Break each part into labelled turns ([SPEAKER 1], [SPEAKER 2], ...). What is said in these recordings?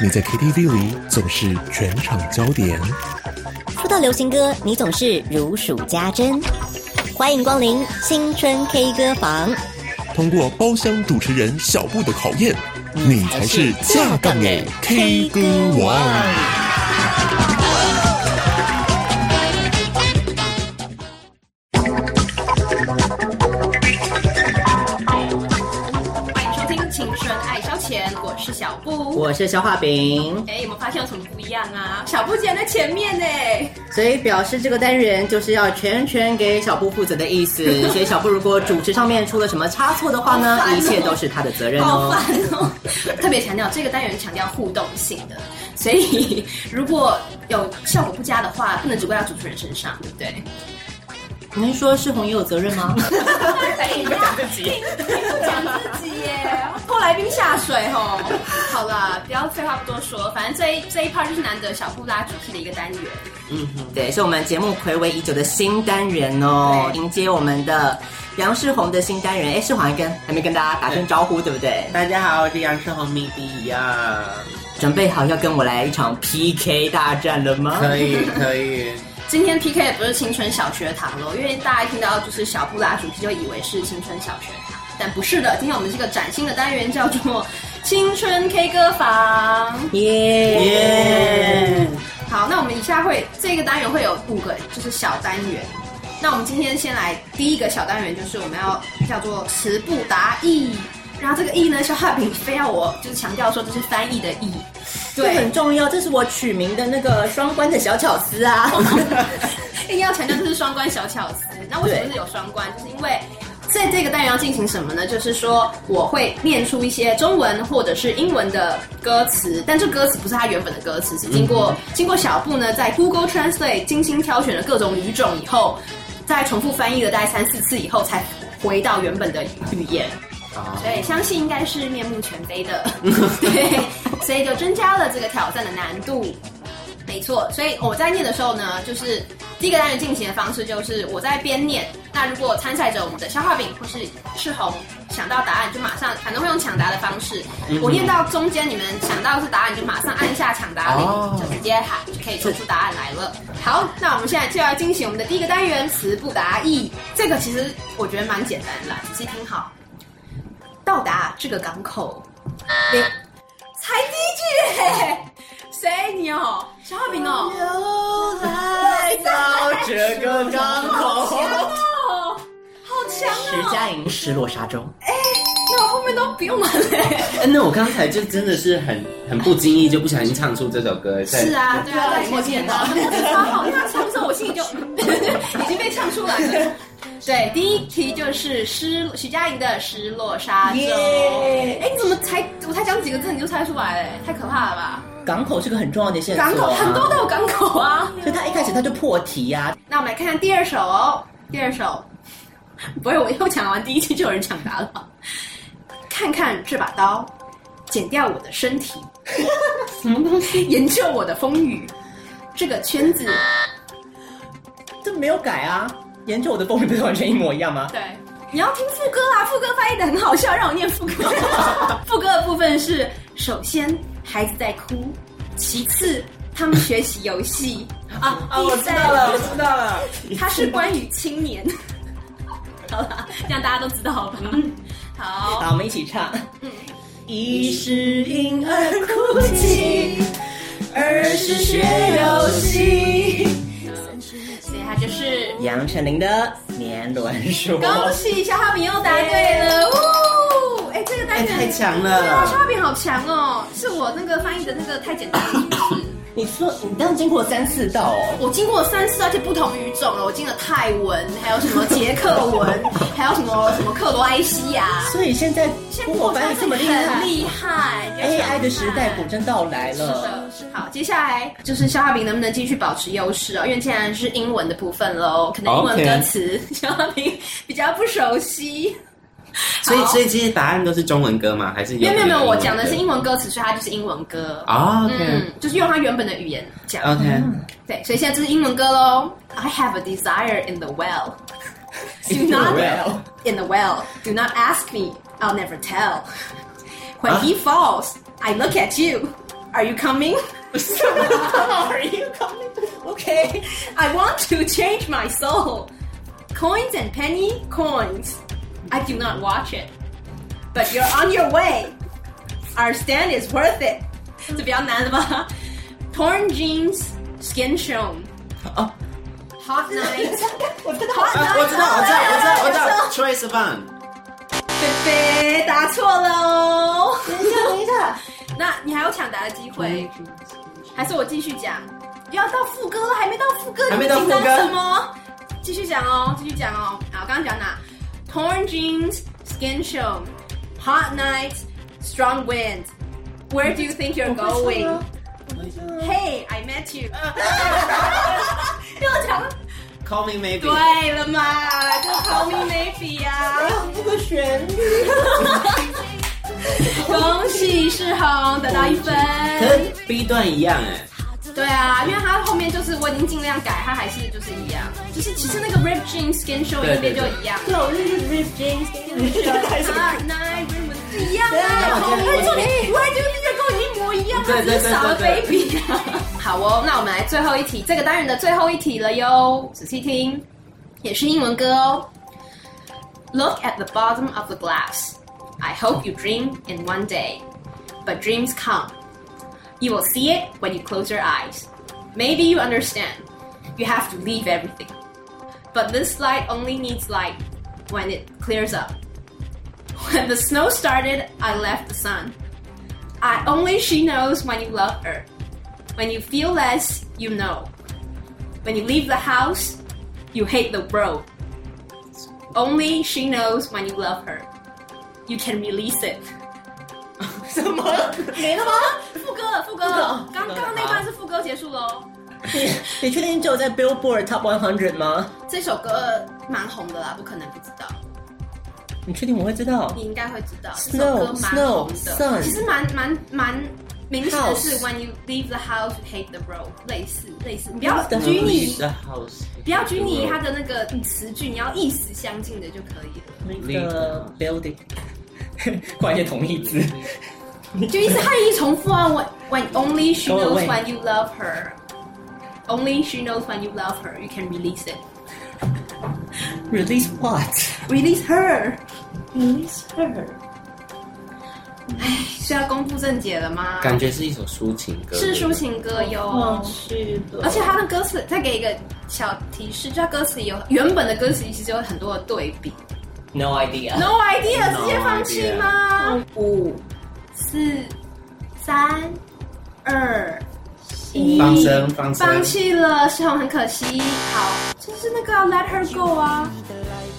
[SPEAKER 1] 你在 KTV 里总是全场焦点，
[SPEAKER 2] 说到流行歌，你总是如数家珍。欢迎光临新春 K 歌房，
[SPEAKER 1] 通过包厢主持人小布的考验，你才是架杠哎 K 歌王。
[SPEAKER 3] 欢迎收听《青春爱消遣》，我是小布。
[SPEAKER 4] 我是小画饼，
[SPEAKER 3] 哎，有没有发现有什么不一样啊？小布竟然在前面呢！
[SPEAKER 4] 所以表示这个单元就是要全权给小布负责的意 思。所以小布如果主持上面出了什么差错的话呢
[SPEAKER 3] 好，烦哦
[SPEAKER 4] 一切都是他的责任
[SPEAKER 3] 好
[SPEAKER 4] 哦
[SPEAKER 3] 烦。哦！特别强调这个单元强调互动性的，所以如果有效果不佳的话，不能只怪到主持人身上，对不对？
[SPEAKER 4] 您说世红也有责任吗？
[SPEAKER 3] 哎，你不讲自己，你不讲自己耶，拖来宾下水哦。好了，不要废话不多说，反正这一这一 part 就是难得小布拉主题的一个单元。
[SPEAKER 4] 嗯哼，对，是我们节目暌违已久的新单元哦，
[SPEAKER 3] 对
[SPEAKER 4] 迎接我们的杨世红的新单元。哎，世红还跟还没跟大家打声招呼，对不对？
[SPEAKER 5] 大家好，我是杨世宏迷弟呀，
[SPEAKER 4] 准备好要跟我来一场 PK 大战了吗？
[SPEAKER 5] 可以可以，
[SPEAKER 3] 今天 PK 也不是青春小学堂喽，因为大家一听到就是小布拉主题就以为是青春小学堂，但不是的。今天我们这个崭新的单元叫做青春 K 歌房。
[SPEAKER 4] 耶耶！
[SPEAKER 3] 好，那我们以下会这个单元会有五个就是小单元。那我们今天先来第一个小单元，就是我们要叫做词不达意。然后这个意呢，小画饼非要我就是强调说这是翻译的意，
[SPEAKER 4] 这很重要，这是我取名的那个双关的小巧思啊。
[SPEAKER 3] 硬要强调这是双关小巧思。那为什么是有双关？就是因为在这个单元要进行什么呢？就是说我会念出一些中文或者是英文的歌词，但这歌词不是它原本的歌词，是经过、经过小布呢在 Google Translate 精心挑选了各种语种以后，再重复翻译了大概三四次以后，才回到原本的语言。对，相信应该是面目全非的， 对，所以就增加了这个挑战的难度。没错，所以我在念的时候呢，就是第一个单元进行的方式就是我在边念。那如果参赛者我们的消化饼或是世红想到答案，就马上反正会用抢答的方式。我念到中间，你们想到是答案，就马上按下抢答铃，
[SPEAKER 5] 哦
[SPEAKER 3] 就直接喊，就可以说出答案来了。好，那我们现在就要进行我们的第一个单元词不达意。这个其实我觉得蛮简单的啦，仔细听好。到达这个港口，你才第一句耶！谁你哦？小画饼哦？
[SPEAKER 4] 来到这个港口
[SPEAKER 3] 强哦，好强
[SPEAKER 4] 石
[SPEAKER 3] 哦！
[SPEAKER 4] 佳莹失落沙洲。
[SPEAKER 3] 那我后面都不用玩嘞。
[SPEAKER 5] 哎那我刚才就真的是很很不经意就不小心唱出这首歌，在
[SPEAKER 3] 是，啊，对啊，在我见 到，他好像唱的时候，我心里就 已经被唱出来了。对，第一题就是失徐佳莹的《失落沙洲》。
[SPEAKER 4] 耶
[SPEAKER 3] 哎，你怎么才我才讲几个字你就猜出来了？太可怕了吧！
[SPEAKER 4] 港口是个很重要的线索、啊，
[SPEAKER 3] 港口很多都有港口啊。
[SPEAKER 4] 所以他一开始他就破题啊呀、
[SPEAKER 3] 那我们来看看第二首哦，第二首，不会，我又抢完第一句就有人抢答了吧。看看这把刀，剪掉我的身体，什么东西？ 研究我的风雨，这个圈子，
[SPEAKER 4] 这没有改啊。研究我的风云不是完全一模一样吗？
[SPEAKER 3] 对。你要听副歌啊，副歌翻译的很好笑，让我念副歌。 副歌的部分是：首先孩子在哭，其次他们学习游戏啊啊，我知道了，
[SPEAKER 4] 哦知道了，
[SPEAKER 3] 它是关于青年。 好啦，这样大家都知道了吧？好，
[SPEAKER 4] 好，我们一起唱。 一是婴儿哭泣，二是学游戏。
[SPEAKER 3] 所以它就是
[SPEAKER 4] 杨丞琳的《年轮说》。
[SPEAKER 3] 恭喜小花饼又答对了，呜！哎，这个单
[SPEAKER 5] 哎，
[SPEAKER 3] 元
[SPEAKER 5] 太强
[SPEAKER 3] 对啊，小
[SPEAKER 5] 了，
[SPEAKER 3] 花饼好强哦！是我那个翻译的那个太简单了，
[SPEAKER 4] 你说你当时经过三四道哦，
[SPEAKER 3] 我经过三次，而且不同语种了，我经了泰文，还有什么捷克文， 还有什么什么克罗埃西亚。
[SPEAKER 4] 所以现在
[SPEAKER 3] 现在
[SPEAKER 4] 中国翻译这么厉害
[SPEAKER 3] 很厉害
[SPEAKER 4] ，AI 的时代果真到来
[SPEAKER 3] 是
[SPEAKER 4] 了。
[SPEAKER 3] 的，好，接下来就是肖画饼能不能继续保持优势哦？因为既然是英文的部分喽，可能英文
[SPEAKER 5] OK
[SPEAKER 3] 歌词肖画饼比较不熟悉。
[SPEAKER 5] 所以
[SPEAKER 3] 好
[SPEAKER 5] 所以其实答案都是中文歌吗？还是
[SPEAKER 3] 没有没有没有，我讲的是英
[SPEAKER 5] 文
[SPEAKER 3] 文歌词，所以它就是英文歌。
[SPEAKER 5] 歌哦
[SPEAKER 3] 嗯
[SPEAKER 5] ，OK，
[SPEAKER 3] 就是用它原本的语言讲。
[SPEAKER 5] OK，
[SPEAKER 3] 对，所以现在这是英文歌喽。I have a desire in the well. Do not
[SPEAKER 4] well.
[SPEAKER 3] Ah. in the well. Do not ask me. I'll never tell. When he falls, I I look at you. Are you coming? Are you coming? Okay. I want to change my soul. Coins and penny coins. I do not watch it. But you're on your way. Our stand is worth it. 这比较难了吧？Torn jeans, skin shown. Oh. Hot night.
[SPEAKER 5] 啊
[SPEAKER 3] Hot night.
[SPEAKER 5] 我知道，我知道，我知道，我知道，Trace Van，
[SPEAKER 3] 菲菲答错了哦。
[SPEAKER 4] 等 一下，等一下，
[SPEAKER 3] 那你还有抢答的机会，还是我继续讲？要到副歌了，还没到副歌，
[SPEAKER 5] 还没到
[SPEAKER 3] 你们紧张
[SPEAKER 5] 副歌
[SPEAKER 3] 什么？继续讲哦，继续讲哦。啊，刚刚讲哪？Torn jeans, skin show, hot night, strong wind. Where do you think you're
[SPEAKER 4] 我会
[SPEAKER 3] going?
[SPEAKER 4] 唱啊
[SPEAKER 3] Hey, I met you. 又讲
[SPEAKER 5] Call Me Maybe，
[SPEAKER 3] 对了嘛，就啊 Call Me Maybe 呀、
[SPEAKER 4] 还啊有这个旋律，
[SPEAKER 3] 恭喜世宏得到一分。
[SPEAKER 5] 可是 B 段一样哎，
[SPEAKER 3] 对啊，因为它后面就是我已经尽量改，它还是就是一样，就是其实那个 Rip Jean Skin Show
[SPEAKER 5] 对
[SPEAKER 3] 里面
[SPEAKER 5] 对
[SPEAKER 3] 就
[SPEAKER 5] 对
[SPEAKER 3] 一样。
[SPEAKER 4] 对，我就是 Rip James，
[SPEAKER 3] 啊，那 Rip 是一样啊，
[SPEAKER 5] 对
[SPEAKER 3] 好，
[SPEAKER 5] 我觉得
[SPEAKER 3] 我重点，我还觉得这跟我一模一样，它
[SPEAKER 5] 对
[SPEAKER 3] 只
[SPEAKER 5] 对对
[SPEAKER 3] 是少了
[SPEAKER 5] 对
[SPEAKER 3] baby 啊。好哦，那我们来最后一题，这个单元的最后一题了哟，仔细听，也是英文歌哦。Look at the bottom of the glass. I hope you dream in one day. But dreams come. You will see it when you close your eyes. Maybe you understand. You have to leave everything. But this light only needs light when it clears up. When the snow started, I left the sun. I only she knows when you love her. When you feel less, you know. When you leave the house, you hate the world. Only she knows when you love her. You can release it.
[SPEAKER 4] 什么没了吗？
[SPEAKER 3] 副歌，副歌，
[SPEAKER 4] 歌
[SPEAKER 3] 刚刚那段是副歌结束喽。
[SPEAKER 4] 你你确定只有在 Billboard Top 100吗？
[SPEAKER 3] 这首歌蛮红的啦，不可能不知道，
[SPEAKER 4] 你确定我会知道？
[SPEAKER 3] 你应该会知道。这
[SPEAKER 4] Snow，
[SPEAKER 3] 首歌蛮红
[SPEAKER 4] Snow，
[SPEAKER 3] 的，
[SPEAKER 4] Sun
[SPEAKER 3] 其实蛮蛮蛮明显的是
[SPEAKER 4] House
[SPEAKER 3] When you leave the house, you hate the road，类似类似，你不要
[SPEAKER 4] Leave the
[SPEAKER 3] 拘泥
[SPEAKER 5] Leave the house，
[SPEAKER 3] 不要拘泥于它的那个词句，你要意思相近的就可以了。
[SPEAKER 4] 那个 Building，换一些同义词。
[SPEAKER 3] 就意思它一直重复啊，when when only she
[SPEAKER 5] Oh,
[SPEAKER 4] Go
[SPEAKER 3] knows
[SPEAKER 4] away.
[SPEAKER 3] when you love her, only she knows when you love her, you can release it,
[SPEAKER 4] Release what?
[SPEAKER 3] release her。
[SPEAKER 4] Release her.
[SPEAKER 3] 是要公布正解了吗？
[SPEAKER 5] 感觉是一首抒情歌，
[SPEAKER 3] 是抒情歌哟，
[SPEAKER 4] 去了
[SPEAKER 3] 而且哦它的歌词再给一个小提示，就它歌词有原本的歌词其实有很多的对比。
[SPEAKER 4] No idea.
[SPEAKER 3] No idea，
[SPEAKER 5] No
[SPEAKER 3] 直接放弃吗？五、四、三、二、一，
[SPEAKER 5] 放生放生
[SPEAKER 3] 放弃了，世宏很可惜。好，就是那个啊 Let Her Go 啊，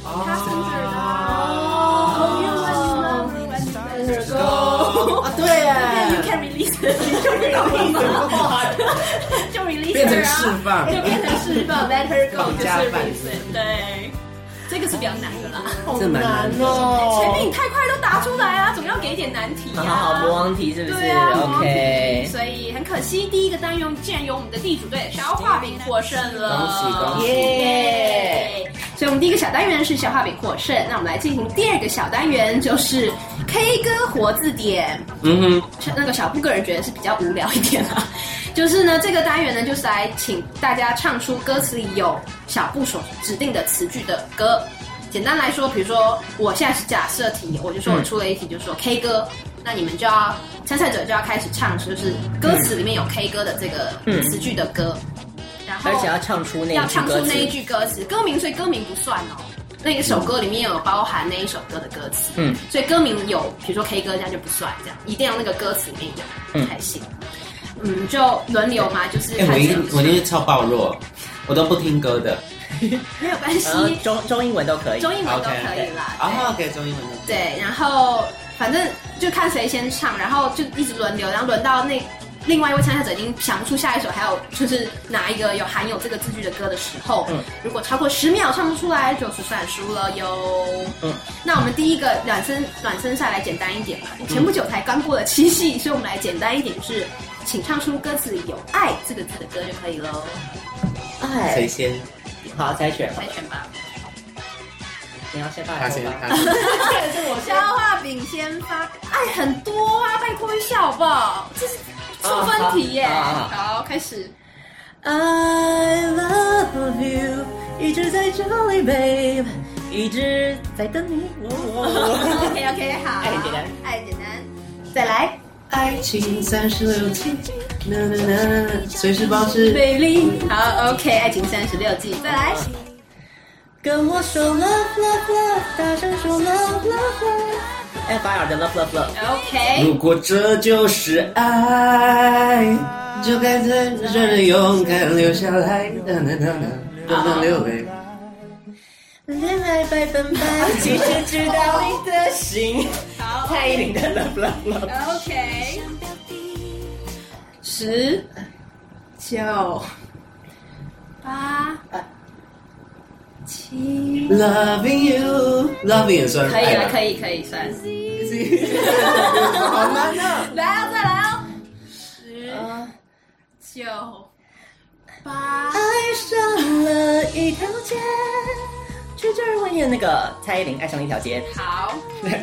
[SPEAKER 3] 他孙子的啊。Oh, you must love me when you let her go.
[SPEAKER 5] 啊，对哎
[SPEAKER 3] You can release her，你就 release，就 release
[SPEAKER 5] 变
[SPEAKER 3] her
[SPEAKER 5] 成
[SPEAKER 3] 啊
[SPEAKER 5] 释放
[SPEAKER 3] 就变成释放，Let her go
[SPEAKER 5] 绑
[SPEAKER 3] 就是
[SPEAKER 5] 架犯
[SPEAKER 3] release，her，对，这个是比较难的啦。
[SPEAKER 5] 这蛮难的。
[SPEAKER 3] 前面你太快都答出来啊，总要给一点难题啊。
[SPEAKER 4] 哦好好好，魔王题是不是
[SPEAKER 3] 对啊魔王题
[SPEAKER 4] ？OK。
[SPEAKER 3] 所以很可惜，第一个单元竟然由我们的地主队小画饼获胜了，
[SPEAKER 5] 恭喜恭喜
[SPEAKER 3] 耶！所以我们第一个小单元是小画饼获胜，那我们来进行第二个小单元，就是 K 歌活字典。
[SPEAKER 5] 嗯哼，
[SPEAKER 3] 那个小布个人觉得是比较无聊一点啦、 就是呢，这个单元呢，就是来请大家唱出歌词里有小布所指定的词句的歌。简单来说，比如说我现在是假设题，我就说我出了一题，就
[SPEAKER 4] 嗯
[SPEAKER 3] 说 K 歌，那你们就要参赛者就要开始唱，就是歌词里面有 K 歌的这个
[SPEAKER 4] 嗯
[SPEAKER 3] 词句的歌，然后
[SPEAKER 4] 而且要唱出那
[SPEAKER 3] 要
[SPEAKER 4] 一句
[SPEAKER 3] 唱出
[SPEAKER 4] 歌
[SPEAKER 3] 那一
[SPEAKER 4] 词。
[SPEAKER 3] 句歌词，歌名，所以歌名不算哦。那一首歌里面有包含那一首歌的歌词，
[SPEAKER 4] 嗯，
[SPEAKER 3] 所以歌名有，比如说 K 歌，这样就不算，这样一定要那个歌词里面有
[SPEAKER 4] 嗯
[SPEAKER 3] 才行。嗯，就轮流嘛，就是
[SPEAKER 5] 哎，
[SPEAKER 3] 看
[SPEAKER 5] 我一
[SPEAKER 3] 谁
[SPEAKER 5] 定我一定是超暴弱，我都不听歌的。
[SPEAKER 3] 没有关系
[SPEAKER 4] 然，后呃中中英文都可以。
[SPEAKER 3] 中英文
[SPEAKER 5] OK，
[SPEAKER 3] 嗯都可以啦。对
[SPEAKER 5] 啊，OK，中英文都可以
[SPEAKER 3] 对，然后反正就看谁先唱，然后就一直轮流，然后轮到那另外一位参赛者已经想不出下一首，还有就是哪一个有含有这个字句的歌的时候，
[SPEAKER 4] 嗯
[SPEAKER 3] 如果超过十秒唱不出来，就是算输了哟。
[SPEAKER 4] 嗯
[SPEAKER 3] 嗯那我们第一个暖身暖身赛来简单一点吧，前不久才刚过了七夕，所以我们来简单一点，就是请唱出歌词里有“爱”这个字的歌就可以喽，
[SPEAKER 4] 爱
[SPEAKER 5] 谁。先？
[SPEAKER 4] 哎好，猜选。
[SPEAKER 3] 来选吧。
[SPEAKER 4] 你要先发
[SPEAKER 5] 他
[SPEAKER 4] 还是
[SPEAKER 5] 先，
[SPEAKER 4] 我发？
[SPEAKER 5] 他先。
[SPEAKER 4] 是我
[SPEAKER 3] 消化饼先发，爱很多啊，拜托一下好好不好？这是出分题耶。
[SPEAKER 5] 啊
[SPEAKER 3] 好，开始。
[SPEAKER 4] I love you，一直在这里，babe，一直在等你。哦
[SPEAKER 3] OK OK，好。
[SPEAKER 4] 爱很简单，
[SPEAKER 3] 爱很简单。再来，
[SPEAKER 4] 爱情三十六计，呐呐呐呐，随时保持。
[SPEAKER 3] 美丽。好，OK，爱情三十六计。再来，
[SPEAKER 4] 跟我说 love love love，大声说 love love love。F I R 的 love love love，
[SPEAKER 3] OK，
[SPEAKER 5] 如果这就是爱，就该在这里勇敢留下来。等等等等等留呗。
[SPEAKER 4] 恋爱百分百，其实知道你的心。
[SPEAKER 3] 好
[SPEAKER 4] 蔡依林的 love love love。
[SPEAKER 3] ，OK，十、九、八、七，
[SPEAKER 5] Loving you, loving 也算
[SPEAKER 3] 可以了，可
[SPEAKER 5] 以。啊
[SPEAKER 3] 以，可以算。
[SPEAKER 5] 好难啊！
[SPEAKER 3] 来啊，再来啊哦！十、九、八，
[SPEAKER 4] 爱上了一条街，去这儿蜿蜒那个蔡依林爱上了一条街，
[SPEAKER 3] 好，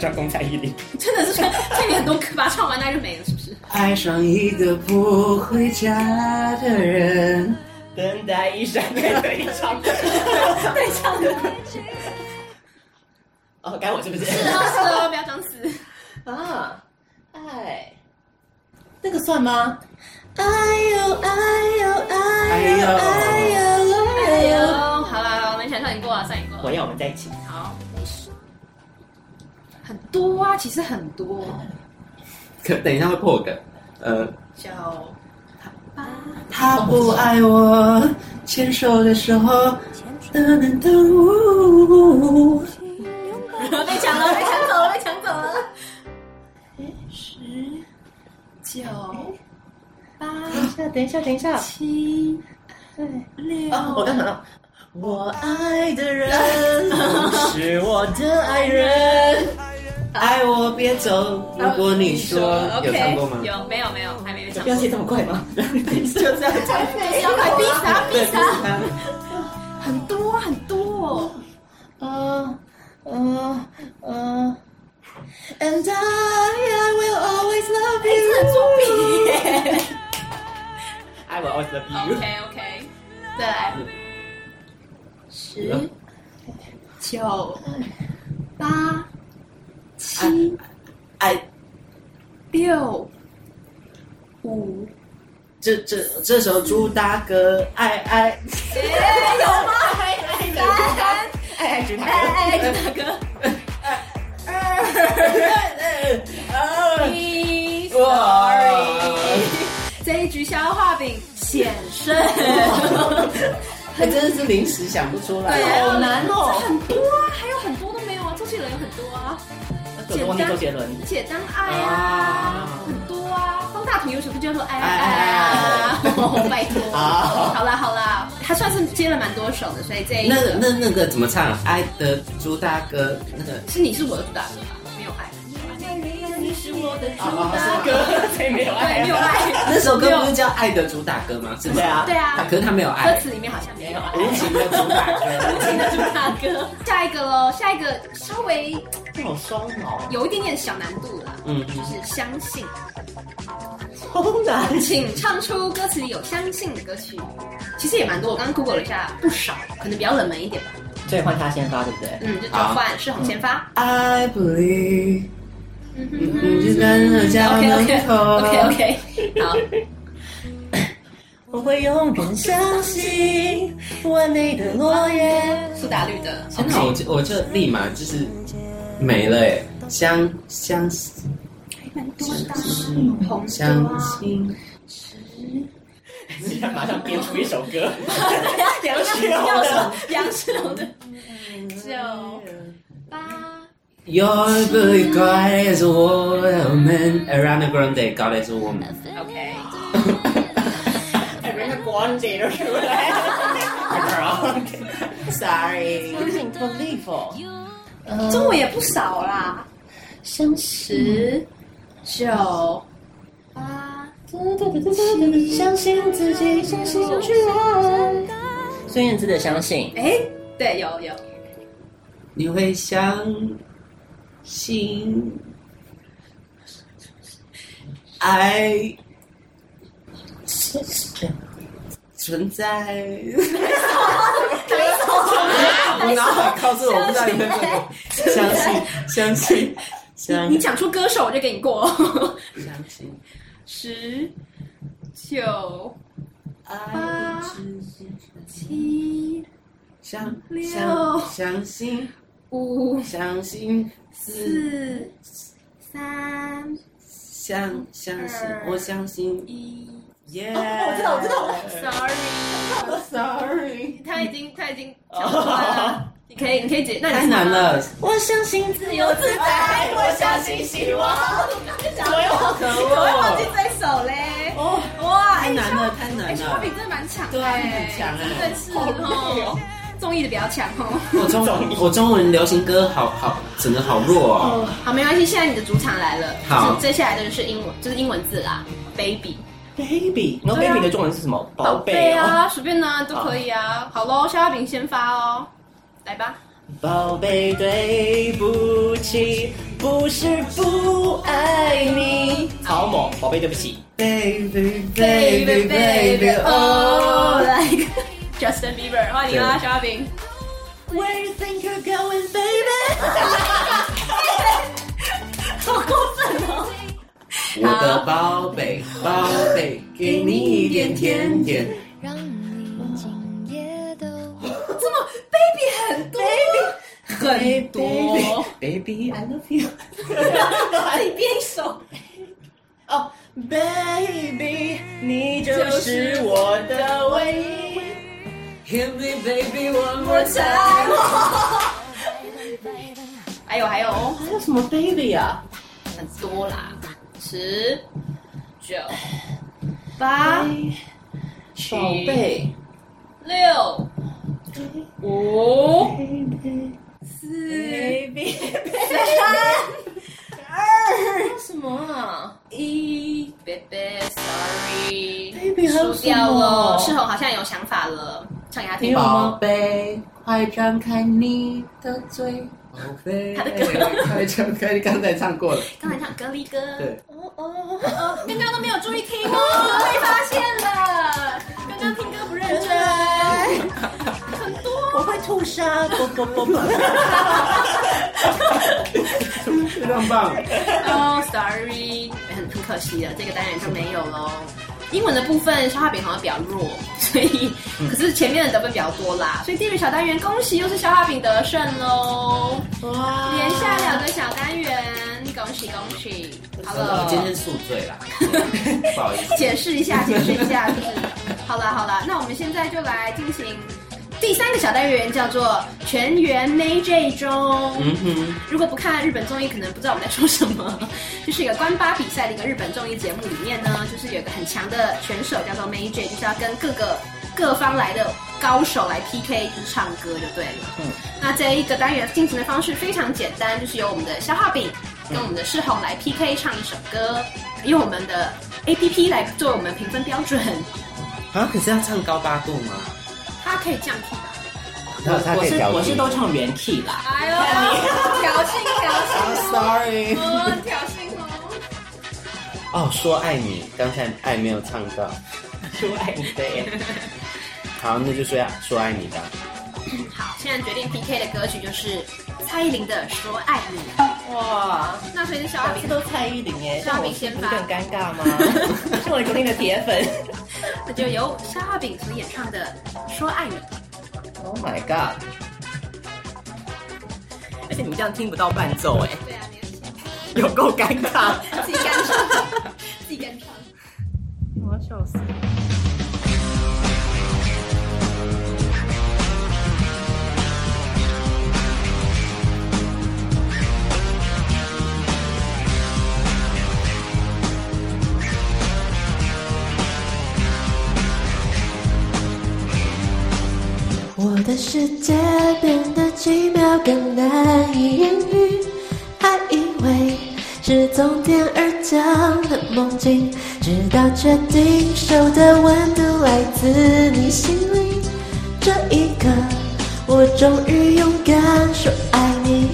[SPEAKER 4] 专攻蔡依林。
[SPEAKER 3] 真的是穿，这里很多歌把它唱完那就没了，是不是？
[SPEAKER 5] 爱上一个不回家的人，
[SPEAKER 4] 等待一闪开对 唱，对唱的。哦，该我是不是？
[SPEAKER 3] 是哦，是哦，不要装死。
[SPEAKER 4] 啊，爱，那个算吗？哎呦哎呦哎
[SPEAKER 5] 哎呦
[SPEAKER 3] 哎
[SPEAKER 4] 呦
[SPEAKER 3] 呦，好啦，好啦，没想到你过了，算你过
[SPEAKER 4] 我
[SPEAKER 3] 了。
[SPEAKER 4] 要我们在一起。
[SPEAKER 3] 好，很多啊，其实很多。
[SPEAKER 5] 可等一下会破梗。呃，
[SPEAKER 3] 九，
[SPEAKER 5] 他不爱我，牵手的时候，等等等，
[SPEAKER 3] 被抢了，被抢走了，被抢走了。十、哎九、八、
[SPEAKER 4] 等一下，等一下，等一下。
[SPEAKER 3] 七、六。
[SPEAKER 4] 哦，我刚想到，我爱的人是我的爱人。
[SPEAKER 5] 爱我别走。如果你说有唱过吗？
[SPEAKER 3] 有没有没有，还没有唱
[SPEAKER 4] 不
[SPEAKER 3] 过
[SPEAKER 4] 要。写这么快吗？就这样唱。
[SPEAKER 3] 要快逼死他，逼死他！很多很多，
[SPEAKER 4] 呃呃呃，And I I will always love you。
[SPEAKER 3] 这作弊。
[SPEAKER 4] I will always love you。
[SPEAKER 3] OK OK，再来
[SPEAKER 4] 十
[SPEAKER 3] 九八七
[SPEAKER 5] 爱，
[SPEAKER 3] 六五，
[SPEAKER 5] 这这这首朱大哥爱爱，
[SPEAKER 3] 有吗？三
[SPEAKER 4] 爱爱之塔。
[SPEAKER 3] 哎，大哥，二一，sorry，这一局消化饼险胜，
[SPEAKER 5] 还真的是临时想不出来。
[SPEAKER 3] 好难哦，很多啊，还有很多都没有啊，周杰伦有很多啊。
[SPEAKER 4] 我都忘记周杰伦。
[SPEAKER 3] 而且当爱啊，很多啊，方大同有首歌叫做《爱
[SPEAKER 5] 爱
[SPEAKER 3] 爱啊》，拜托，好啦好啦，他算是接了蛮多首的，所以这一
[SPEAKER 5] 那那那个怎么唱？爱的朱大哥，那个
[SPEAKER 3] 是你是我的主打歌吧？没有爱，你是我的主
[SPEAKER 5] 打
[SPEAKER 3] 打
[SPEAKER 5] 歌
[SPEAKER 3] 歌，
[SPEAKER 4] 谁没有
[SPEAKER 3] 对，没有爱，
[SPEAKER 5] 那首歌不是叫《爱的主打歌》吗？是不是？
[SPEAKER 4] 对啊
[SPEAKER 3] 对啊
[SPEAKER 5] 他可是他没有爱
[SPEAKER 3] 歌，词里面好像没有爱，
[SPEAKER 5] 无情的主打
[SPEAKER 3] 无情
[SPEAKER 5] 歌。
[SPEAKER 3] 的主打歌。下一个喽，下一个稍微
[SPEAKER 4] 这种双毛，
[SPEAKER 3] 有一点点小难度啦，
[SPEAKER 5] 嗯
[SPEAKER 3] 就，是相信，
[SPEAKER 4] 好难。
[SPEAKER 3] 请唱出歌词里有相信的歌曲。其实也蛮多，我刚刚 Google 了一下，不少，可能比较冷门一点吧。
[SPEAKER 4] 所以换他先发，对不对？
[SPEAKER 3] 嗯，就交换世宏先发。
[SPEAKER 5] I believe，
[SPEAKER 3] 嗯
[SPEAKER 5] 你就站在家
[SPEAKER 3] OK
[SPEAKER 5] 门
[SPEAKER 3] OK
[SPEAKER 5] 口。
[SPEAKER 4] 嗯
[SPEAKER 3] OK OK，好，
[SPEAKER 4] 我会永远相信完美的诺言。
[SPEAKER 3] 苏打绿的，
[SPEAKER 5] 真的，我就我就立马就是没了哎，相相
[SPEAKER 3] 红
[SPEAKER 5] 相信，
[SPEAKER 4] 你看，马上编出一首歌。
[SPEAKER 3] 杨世荣 的，杨世荣的九八，
[SPEAKER 5] Your good God is a woman around the ground day. God is a woman.
[SPEAKER 3] OK，
[SPEAKER 4] 整哎个 光姐都出来了。Sorry，不 believe。
[SPEAKER 3] 呃中文也不少啦，
[SPEAKER 4] 相信，
[SPEAKER 3] 十九八，
[SPEAKER 4] 相信自己，相信去爱。孙燕姿的《相信
[SPEAKER 3] 哎，对，有有，
[SPEAKER 5] 你会相信爱 是是存在。我脑海靠这我不知道你会不会相信相信相
[SPEAKER 3] 你
[SPEAKER 5] 信
[SPEAKER 3] 讲出歌手我就给你过，
[SPEAKER 5] 相信
[SPEAKER 3] 十九
[SPEAKER 5] 爱之
[SPEAKER 3] 七
[SPEAKER 5] 相
[SPEAKER 3] 六
[SPEAKER 5] 相相信
[SPEAKER 3] 五
[SPEAKER 5] 相信是
[SPEAKER 3] 四三
[SPEAKER 5] 相相信
[SPEAKER 3] 二
[SPEAKER 5] 我相信
[SPEAKER 3] 一
[SPEAKER 5] 耶！
[SPEAKER 4] 我知道，我知道，我
[SPEAKER 3] ，sorry，
[SPEAKER 5] 道，sorry，
[SPEAKER 3] 他已经他已经讲出来 了，你可以你可以解，那你
[SPEAKER 5] 太难了，
[SPEAKER 4] 我相信自由自在，我相信希望。
[SPEAKER 5] 可
[SPEAKER 3] 怎么会忘记
[SPEAKER 5] 恶，
[SPEAKER 3] 这首嘞？
[SPEAKER 5] 哦，
[SPEAKER 3] 哇，
[SPEAKER 5] 太难了，
[SPEAKER 3] 哎
[SPEAKER 5] 太
[SPEAKER 3] 哎，
[SPEAKER 5] 难
[SPEAKER 3] 小品
[SPEAKER 5] 了。
[SPEAKER 3] 真的蛮强的，
[SPEAKER 5] 对啊你很强哎
[SPEAKER 3] 真的是哦，综艺的比较强哦。
[SPEAKER 5] 我中我中文流行歌好好，整的好弱哦。
[SPEAKER 3] 好，没关系，现在你的主场来了，
[SPEAKER 5] 好
[SPEAKER 3] 就是接下来的就是英文，就是英文字啦，baby，
[SPEAKER 4] Baby，然后
[SPEAKER 3] 对啊
[SPEAKER 4] Baby 的中文是什么？宝贝哦，
[SPEAKER 3] 啊，随便呢都可以啊。好喽，肖亚平先发哦，来吧。
[SPEAKER 4] 宝贝，对不起，不是不爱你。好猛，宝贝，对不起。
[SPEAKER 5] Baby baby baby
[SPEAKER 3] 哦
[SPEAKER 5] oh，
[SPEAKER 3] ，like Justin Bieber，欢迎啊，肖亚平。
[SPEAKER 4] Where you think you're going, baby？
[SPEAKER 5] 我的宝贝宝贝，给你一点甜点。
[SPEAKER 6] 让你今夜都
[SPEAKER 3] 这么 baby 很多很多，
[SPEAKER 5] Baby I love you。
[SPEAKER 3] 你编一首。
[SPEAKER 4] 哦、b a b y 你就是我的唯一。
[SPEAKER 5] Hit me baby one more
[SPEAKER 3] more
[SPEAKER 5] time。
[SPEAKER 3] 还有还有哦
[SPEAKER 4] 还有什么 baby 啊？
[SPEAKER 3] 很多啦，十九八
[SPEAKER 4] 宝贝，
[SPEAKER 3] 六五四三二什么啊一，baby sorry，
[SPEAKER 4] Baby，还有
[SPEAKER 3] 输掉了，
[SPEAKER 4] 什
[SPEAKER 3] 世
[SPEAKER 4] 么
[SPEAKER 3] 红好像有想法了，唱给他听。
[SPEAKER 4] 啊
[SPEAKER 5] 宝贝，快张开你的嘴。宝贝，快张开，刚才唱过了。
[SPEAKER 3] 刚才唱格力哥，
[SPEAKER 5] 对，
[SPEAKER 3] 哦刚刚都没有注意听哦，被发现了。刚刚听歌不认真，很多。
[SPEAKER 4] 我会吐沙，啵啵啵啵。
[SPEAKER 5] 非常棒。
[SPEAKER 3] 哦、s o r r y 很很可惜的，这个单元就没有喽。英文的部分，消化饼好像比较弱，所以可是前面的得分比较多啦，所以地理小单元恭喜又是消化饼得胜喽，
[SPEAKER 4] 哇
[SPEAKER 3] 连下两个小单元，恭喜恭喜！好了，
[SPEAKER 5] 今天宿醉啦， 不好意思。
[SPEAKER 3] 解释一下，解释一下，就是好了好了，那我们现在就来进行第三个小单元，叫做全员 May J 中。
[SPEAKER 5] 嗯哼，
[SPEAKER 3] 如果不看日本综艺，可能不知道我们在说什么。 就是一个关八比赛的一个日本综艺节目里面呢，就是有一个很强的选手叫做 May J，就是要跟各个各方来的高手来 PK，就是唱歌就对了。嗯，那这一个单元进行的方式非常简单，就是由我们的消化饼跟我们的世宏来 PK 唱一首歌，用我们的 APP 来作为我们评分标准。
[SPEAKER 5] 啊，可是要唱高八度吗？
[SPEAKER 3] 它可以降 key 吧？
[SPEAKER 4] 我是我是都唱原 key 啦。
[SPEAKER 3] 哎呦，挑衅挑衅
[SPEAKER 5] Sorry
[SPEAKER 3] 哦，挑衅哦。
[SPEAKER 5] 哦，说爱你，刚才爱没有唱到。
[SPEAKER 4] 说爱你的耶，
[SPEAKER 5] 好，那就说呀，说爱你吧。
[SPEAKER 3] 嗯好，现在决定 PK 的歌曲就是蔡依林的《说爱你》。
[SPEAKER 4] 哇，
[SPEAKER 3] 那所以是小阿
[SPEAKER 4] 每次
[SPEAKER 3] 饼，
[SPEAKER 4] 都蔡依林耶，
[SPEAKER 3] 让
[SPEAKER 4] 让
[SPEAKER 3] 我
[SPEAKER 4] 我
[SPEAKER 3] 是
[SPEAKER 4] 是
[SPEAKER 3] 不
[SPEAKER 4] 不
[SPEAKER 3] 是
[SPEAKER 4] 是
[SPEAKER 3] 更
[SPEAKER 4] 更尴尬吗？ 是我昨天的铁粉。
[SPEAKER 3] 那就由小阿饼所演唱的《说爱你》。
[SPEAKER 4] Oh my god！而且你这样听不到伴奏哎，
[SPEAKER 3] 对啊，你
[SPEAKER 4] 有够尴尬。
[SPEAKER 3] 自己干唱，自己干唱。
[SPEAKER 4] 我要笑死。
[SPEAKER 6] 我的世界变得奇妙，更难以言喻。还以为是从天而降的梦境，直到确定手的温度来自你心里。这一刻，我终于勇敢说爱你。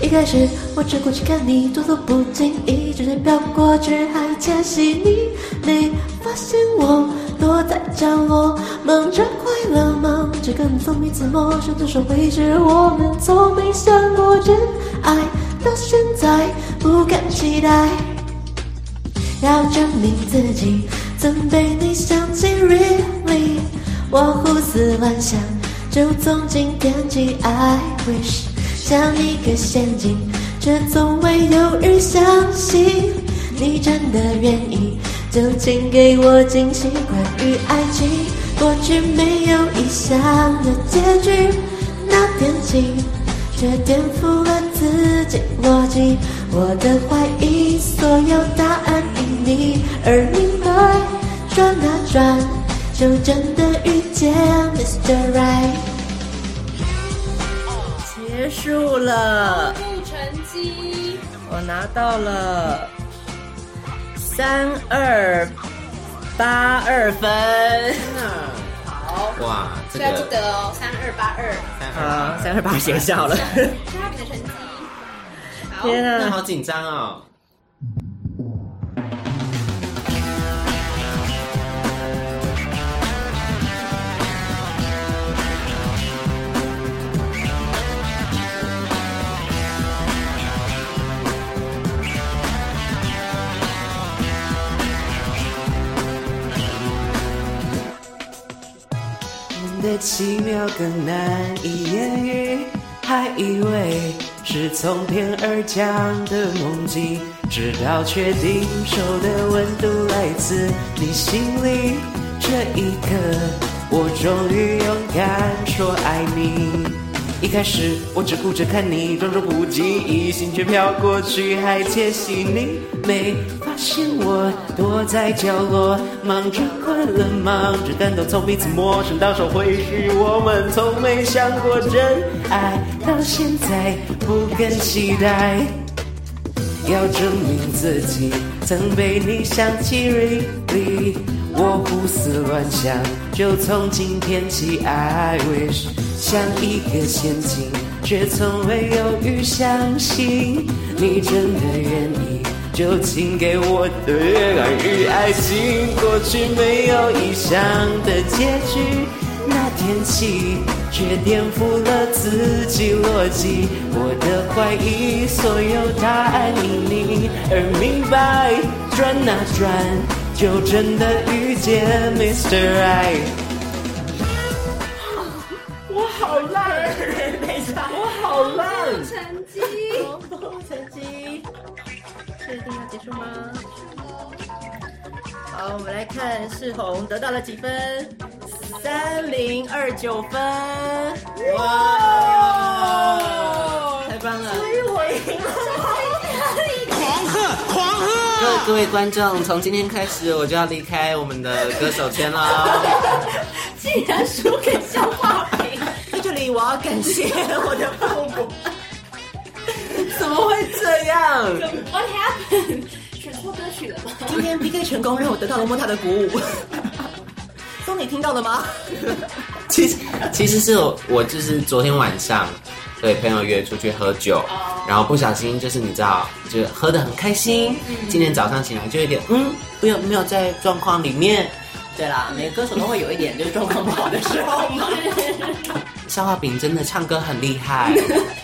[SPEAKER 6] 一开始
[SPEAKER 7] 我只顾去看你，多做不经意，直接飘过去，还窃喜你没发现我躲在角落，忙着快乐，忙着跟踪彼此陌生的手挥着，我们从没想过真爱，到现在不敢期待。要证明自己曾被你想起，really，我胡思乱想，就从今天起，I wish 像一个陷阱，却从未有人相信你真的愿意，就请给我惊喜。关于爱情，过去没有意想的结局，那天起。却颠覆了自己逻辑。我的怀疑，所有答案因你而明白。转啊转，就真的遇见 Mr. Right。
[SPEAKER 4] 结束了，
[SPEAKER 3] 不成绩，
[SPEAKER 4] 我拿到了三二八二分。
[SPEAKER 5] 哇，这
[SPEAKER 3] 所以要记
[SPEAKER 5] 个
[SPEAKER 3] 得哦，三二八二，
[SPEAKER 5] 三
[SPEAKER 4] 啊，
[SPEAKER 5] 二
[SPEAKER 4] 三二八学校了，
[SPEAKER 3] 看他们的成绩。好，
[SPEAKER 4] 天
[SPEAKER 5] 那
[SPEAKER 4] 啊！
[SPEAKER 5] 好紧张哦。
[SPEAKER 4] 你的奇妙更难以言喻，还以为是从天而降的梦境，直到确定手的温度来自你心里。这一刻，我终于勇敢说爱你。一开始我只顾着看你，装作不经意，心却飘过去，还窃喜你没发现我躲在角落，忙着快乐，忙着感动，从彼此陌生到手回去，我们从没想过真爱，到现在不敢期待。要证明自己曾被你想起，really，我胡思乱想，就从今天起，I wish 像一个陷阱，却从未有预相信你真的愿意，就请给我的恋爱与爱情，过去没有意想的结局。那天起，却颠覆了自己逻辑。我的怀疑，所有答案因你而明白。转啊转，就真的遇见 Mr. Right。我好烂，我好烂。
[SPEAKER 3] 成绩，
[SPEAKER 4] 成绩，这一定要结束 吗？好，我们来看世宏得到了几分？三零二九分，哇，太棒了！
[SPEAKER 5] 各位各位观众，从今天开始我就要离开我们的歌手圈了。
[SPEAKER 3] 竟然输给消化饼，
[SPEAKER 4] 在哎这里我要感谢我的父母，怎么会这样？
[SPEAKER 3] What happened？选错歌曲了吗？
[SPEAKER 4] 今天 PK 成功，让我得到了莫大的鼓舞。松，你听到了吗？
[SPEAKER 5] 其实其实是我我就是昨天晚上对朋友约出去喝酒，然后不小心就是你知道，就是喝得很开心。今天早上醒来就有点嗯，不有没有在状况里面。
[SPEAKER 4] 对啦，每个歌手都会有一点就是状况不好的时候嘛。
[SPEAKER 5] 消化饼真的唱歌很厉害，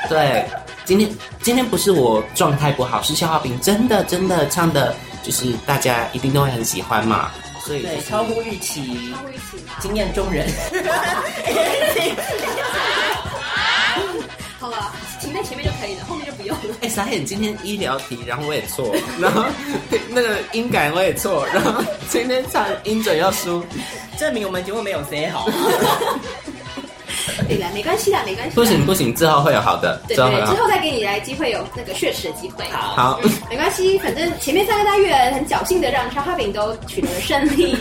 [SPEAKER 5] 对，今天今天不是我状态不好，是消化饼真的真的唱的，就是大家一定都会很喜欢嘛，所以 就
[SPEAKER 4] 对，
[SPEAKER 5] 是
[SPEAKER 4] 超乎预期，惊艳中人。
[SPEAKER 3] 好了，停在前面就可以了，后面就不用了。
[SPEAKER 5] 哎，傻眼！今天医疗题，然后我也错，然后 那个音感我也错，然后今天唱音准又输，
[SPEAKER 4] 证明我们节目没有谁好。
[SPEAKER 3] 对啦，没关系啦，没关系。
[SPEAKER 5] 不，行不行，之后会有好的，
[SPEAKER 3] 对
[SPEAKER 5] 之后会
[SPEAKER 3] 对
[SPEAKER 5] 有，
[SPEAKER 3] 之
[SPEAKER 5] 好
[SPEAKER 3] 后再给你来机会有那个血池的机会。好，
[SPEAKER 5] 好。
[SPEAKER 3] 没关系，反正前面三个单元很侥幸的让消化饼都取得了胜利。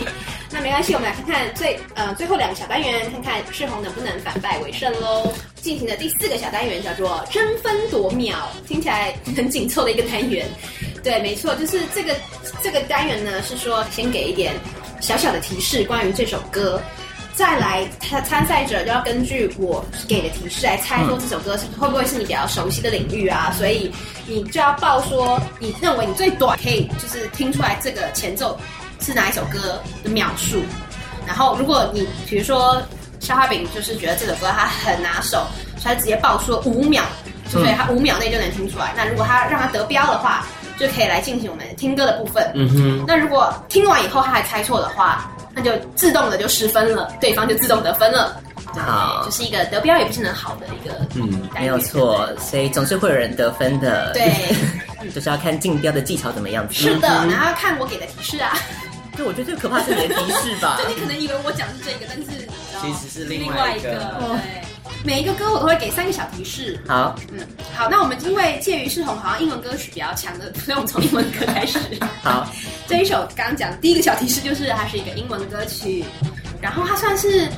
[SPEAKER 3] 那没关系，我们来看看最呃最后两个小单元，看看世宏能不能反败为胜喽。进行的第四个小单元叫做“争分夺秒”，听起来很紧凑的一个单元。对，没错，就是这个这个单元呢，是说先给一点小小的提示关于这首歌，再来他参赛者就要根据我给的提示来猜说这首歌是、会不会是你比较熟悉的领域啊，所以你就要报说你认为你最短可以就是听出来这个前奏是哪一首歌的秒数。然后如果你比如说消化饼就是觉得这首歌它很拿手，所以他直接报说五秒，就所以他五秒内就能听出来。那如果他让他得标的话，就可以来进行我们听歌的部分。
[SPEAKER 5] 嗯哼，
[SPEAKER 3] 那如果听完以后他还猜错的话，那就自动的就失分了，对方就自动得分了。
[SPEAKER 4] 好
[SPEAKER 3] 对，就是一个得标也不是很好的一个
[SPEAKER 5] 嗯
[SPEAKER 3] 单元
[SPEAKER 4] 没有错，所以总是会有人得分的。
[SPEAKER 3] 对，
[SPEAKER 4] 就是要看竞标的技巧怎么样子。
[SPEAKER 3] 是的，然后要看我给的提示啊，
[SPEAKER 4] 对，我觉得最可怕是你的提示吧
[SPEAKER 3] 就。你可能以为我讲是这个，但是你知道
[SPEAKER 5] 其实是
[SPEAKER 3] 另
[SPEAKER 5] 另
[SPEAKER 3] 外
[SPEAKER 5] 外
[SPEAKER 3] 一
[SPEAKER 5] 一
[SPEAKER 3] 个
[SPEAKER 5] 个。
[SPEAKER 3] 对，每一个歌我都会给三个小提示。
[SPEAKER 4] 好，
[SPEAKER 3] 嗯，好，那我们因为介于世宏好像英文歌曲比较强的，所以我们从英文歌开始。
[SPEAKER 4] 好，
[SPEAKER 3] 这一首刚刚讲的第一个小提示就是它是一个英文歌曲，然后它算是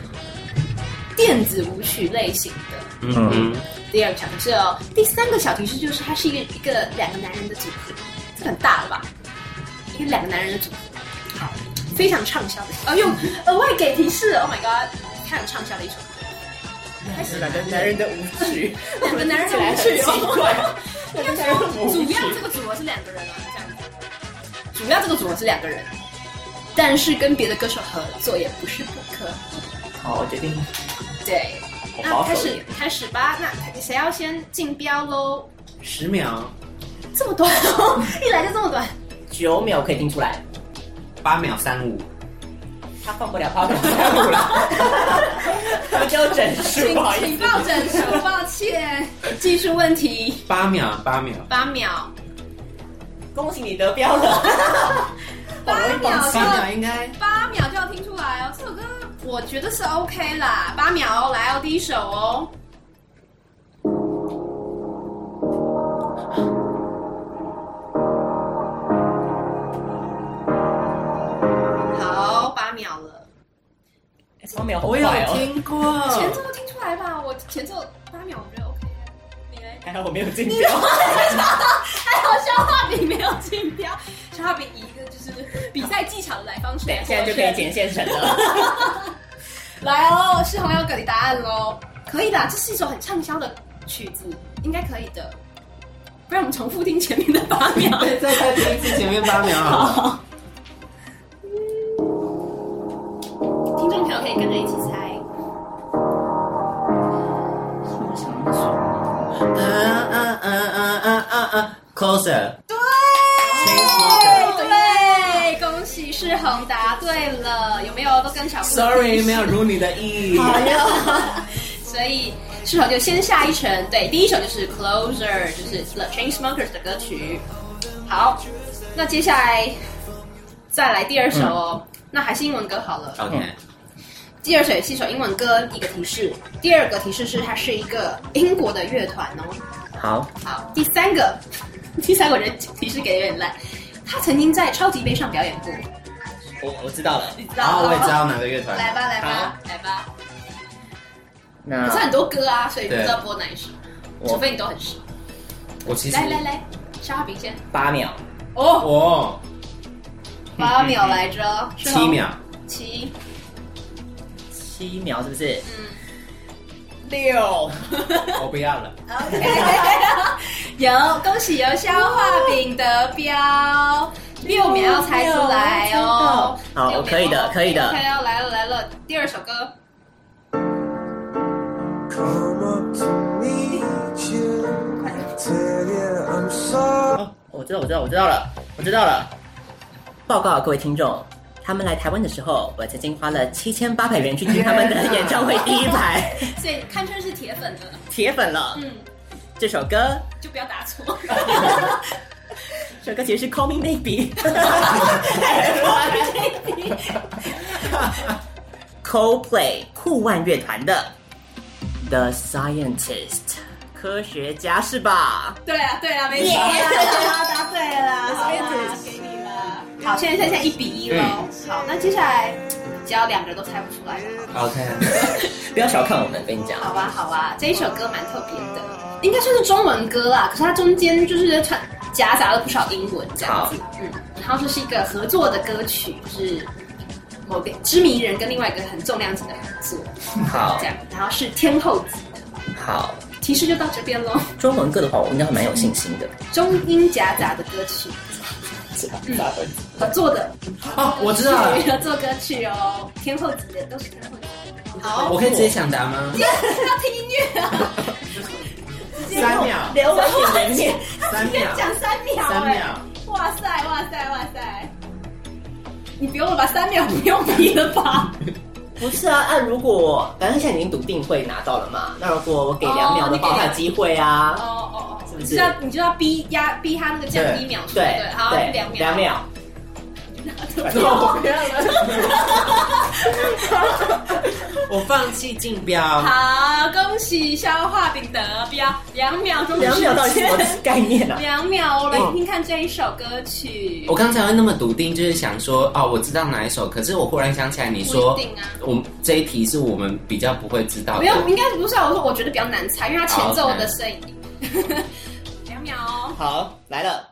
[SPEAKER 3] 电子舞曲类型的。
[SPEAKER 5] 嗯哼，
[SPEAKER 3] 第二个小提示哦，第三个小提示就是它是一个一个两个男人的组合，这个很大了吧？一个两个男人的组合，好，非常畅销的，呃，用额外给提示，Oh my god，非常畅销的一首歌，开始
[SPEAKER 4] 两个男人的舞曲，
[SPEAKER 3] 两个男人的舞曲
[SPEAKER 4] 奇怪
[SPEAKER 3] 哦，应该说主要这个组合是两个人啊，这样子，主要这个组合是两个人，但是跟别的歌手合作也不是不可，
[SPEAKER 4] 好，我决定
[SPEAKER 3] 对，那开始开始吧，那谁要先竞标喽？
[SPEAKER 5] 十秒、
[SPEAKER 3] 这么短，哦 一来就这么短。
[SPEAKER 4] 九秒可以听出来，
[SPEAKER 5] 八秒三五，
[SPEAKER 4] 他放不了八秒三五了，他标整数，不好意
[SPEAKER 3] 请
[SPEAKER 4] 思。
[SPEAKER 3] 报整数，抱 歉，技术问题，
[SPEAKER 5] 八秒八秒，
[SPEAKER 3] 八秒，
[SPEAKER 4] 恭喜你得标了，
[SPEAKER 3] 八秒就
[SPEAKER 5] 八秒
[SPEAKER 3] 要
[SPEAKER 5] 应该
[SPEAKER 3] 八秒就要听出来哦。这首歌我觉得是 OK 啦，八秒哦，来哦，第一首哦。好，八秒了，
[SPEAKER 4] 八秒好
[SPEAKER 7] 我有
[SPEAKER 4] 快 哦。
[SPEAKER 7] 听过，
[SPEAKER 3] 前奏听出来吧？我前奏八秒，我觉得 OK 了。你嘞？
[SPEAKER 4] 还好我没有竞标，
[SPEAKER 3] 还好消化饼没有竞标，消化饼以一个就是比赛技巧的来方式来
[SPEAKER 4] 现在就可以剪现成了。
[SPEAKER 3] 来哦，世宏要给你答案喽，可以的，这是一首很畅销的曲子，应该可以的。不然我们重复听前面的八 秒。
[SPEAKER 5] 再再听一次前面八秒好了。
[SPEAKER 3] 听众朋友可以跟着一起猜。
[SPEAKER 5] 啊啊啊啊啊啊啊！Closer，
[SPEAKER 3] 对对，恭喜世宏答对了，有没有都跟小布
[SPEAKER 5] Sorry，没有如你的意。
[SPEAKER 3] 所以世宏就先下一城。对，第一首就是 Closer，就是 The Chainsmokers 的歌曲。好，那接下来再来第二首哦。
[SPEAKER 5] 嗯
[SPEAKER 3] 那还是英文歌好了。
[SPEAKER 5] OK，
[SPEAKER 3] 第二首也是一首英文歌，一个提示。第二个提示是它是一个英国的乐团哦。
[SPEAKER 4] 好，
[SPEAKER 3] 好，第三个， 第三个我觉得提示给的有点烂。他曾经在超级杯上表演过，
[SPEAKER 4] 我我知道了。
[SPEAKER 3] 你知
[SPEAKER 5] 然
[SPEAKER 3] 道
[SPEAKER 5] 后
[SPEAKER 3] 吗？
[SPEAKER 5] 啊我也知道哪个乐团。
[SPEAKER 3] 来吧，来吧
[SPEAKER 5] 好，，
[SPEAKER 3] 来吧。
[SPEAKER 4] 那
[SPEAKER 3] 可是很多歌啊，所以不
[SPEAKER 5] 对
[SPEAKER 3] 知道播哪一首，
[SPEAKER 4] 我
[SPEAKER 3] 除非你都很熟。
[SPEAKER 5] 我其实
[SPEAKER 3] 来来来，沙饼先。
[SPEAKER 4] 八秒，
[SPEAKER 3] 哦，
[SPEAKER 5] 我
[SPEAKER 3] 八秒来着，是吗
[SPEAKER 5] 七，秒，
[SPEAKER 3] 七，
[SPEAKER 4] 七秒是不是？
[SPEAKER 3] 嗯，
[SPEAKER 4] 六，
[SPEAKER 5] 我不要了。
[SPEAKER 3] 有，恭喜由消化饼得标，六秒要猜出来哦。
[SPEAKER 4] 好
[SPEAKER 3] 六秒
[SPEAKER 4] 可以的可以的
[SPEAKER 3] OK，要来了来了，第二首歌。
[SPEAKER 8] Come up to meet you, tell you I'm sorry.
[SPEAKER 4] 哦，我知道，我知道，我知道了，我知道了。报告各位听众，他们来台湾的时候，我曾经花了七千八百元去听他们的演唱会第一排，
[SPEAKER 3] 所以堪称是铁粉了，
[SPEAKER 4] 铁粉了。
[SPEAKER 3] 嗯，
[SPEAKER 4] 这首歌，
[SPEAKER 3] 就不要答 错。
[SPEAKER 4] 这首歌其实是 Call Me Maybe。Coldplay 酷万乐团的 The Scientist，科学家是吧？
[SPEAKER 3] 对啊，对啊，没错，答对了，好啦，给你了。好，现在剩下一比一喽。
[SPEAKER 4] 嗯
[SPEAKER 3] 好，那接下来只要两个人都猜不出来了，
[SPEAKER 5] OK，
[SPEAKER 4] 不要小看我们，跟你讲，
[SPEAKER 3] 好吧，好吧，这一首歌蛮特别的，应该算是中文歌啦，可是它中间就是穿夹杂了不少英文这样子，嗯，然后这是一个合作的歌曲，就是某个知名艺人跟另外一个很重量级的合作，
[SPEAKER 4] 好
[SPEAKER 3] 这，样，然后是天后级的，
[SPEAKER 4] 好，
[SPEAKER 3] 其实就到这边 喽。
[SPEAKER 4] 中文歌的话，我应该还蛮有信心的。
[SPEAKER 3] 中英夹杂的歌曲，合作的
[SPEAKER 5] 哦，我知道了，
[SPEAKER 3] 合作歌曲哦，天后级的都是天 后级。好，
[SPEAKER 5] 我可以直接抢答吗？
[SPEAKER 3] 要听音乐啊！
[SPEAKER 5] 三秒，
[SPEAKER 4] 留我点颜面。
[SPEAKER 5] 三秒，
[SPEAKER 3] 讲三秒、哎
[SPEAKER 5] 三秒。
[SPEAKER 3] 哇塞，哇塞，哇塞！你不用了吧？三秒不用比了吧？
[SPEAKER 4] 不是啊，按如果反正现在已经笃定会拿到了嘛，那如果我给两秒的
[SPEAKER 3] 哦
[SPEAKER 4] 爆他机会啊
[SPEAKER 3] 哦，哦哦，
[SPEAKER 4] 是不是
[SPEAKER 3] 你就要你就要逼压逼他那个降低秒数，
[SPEAKER 4] 对
[SPEAKER 3] 对，好，
[SPEAKER 4] 对
[SPEAKER 3] 两秒，
[SPEAKER 4] 两秒，
[SPEAKER 5] 我放弃竞标。
[SPEAKER 3] 好，恭喜消化饼得标，两秒钟的
[SPEAKER 4] 两
[SPEAKER 3] 时
[SPEAKER 4] 秒到底是什么
[SPEAKER 3] 间，
[SPEAKER 4] 概念啊？
[SPEAKER 3] 两秒，我来听听看这一首歌曲。
[SPEAKER 4] 哦
[SPEAKER 5] 我刚才会那么笃定，就是想说，哦，我知道哪一首，可是我忽然想起来，你说
[SPEAKER 3] 不一定啊，
[SPEAKER 5] 我们这一题是我们比较不会知道的。
[SPEAKER 3] 没有，应该不是啊。我说我觉得比较难猜，因为它前奏
[SPEAKER 4] 哦
[SPEAKER 3] 的声音。 两秒哦，
[SPEAKER 4] 好，来了，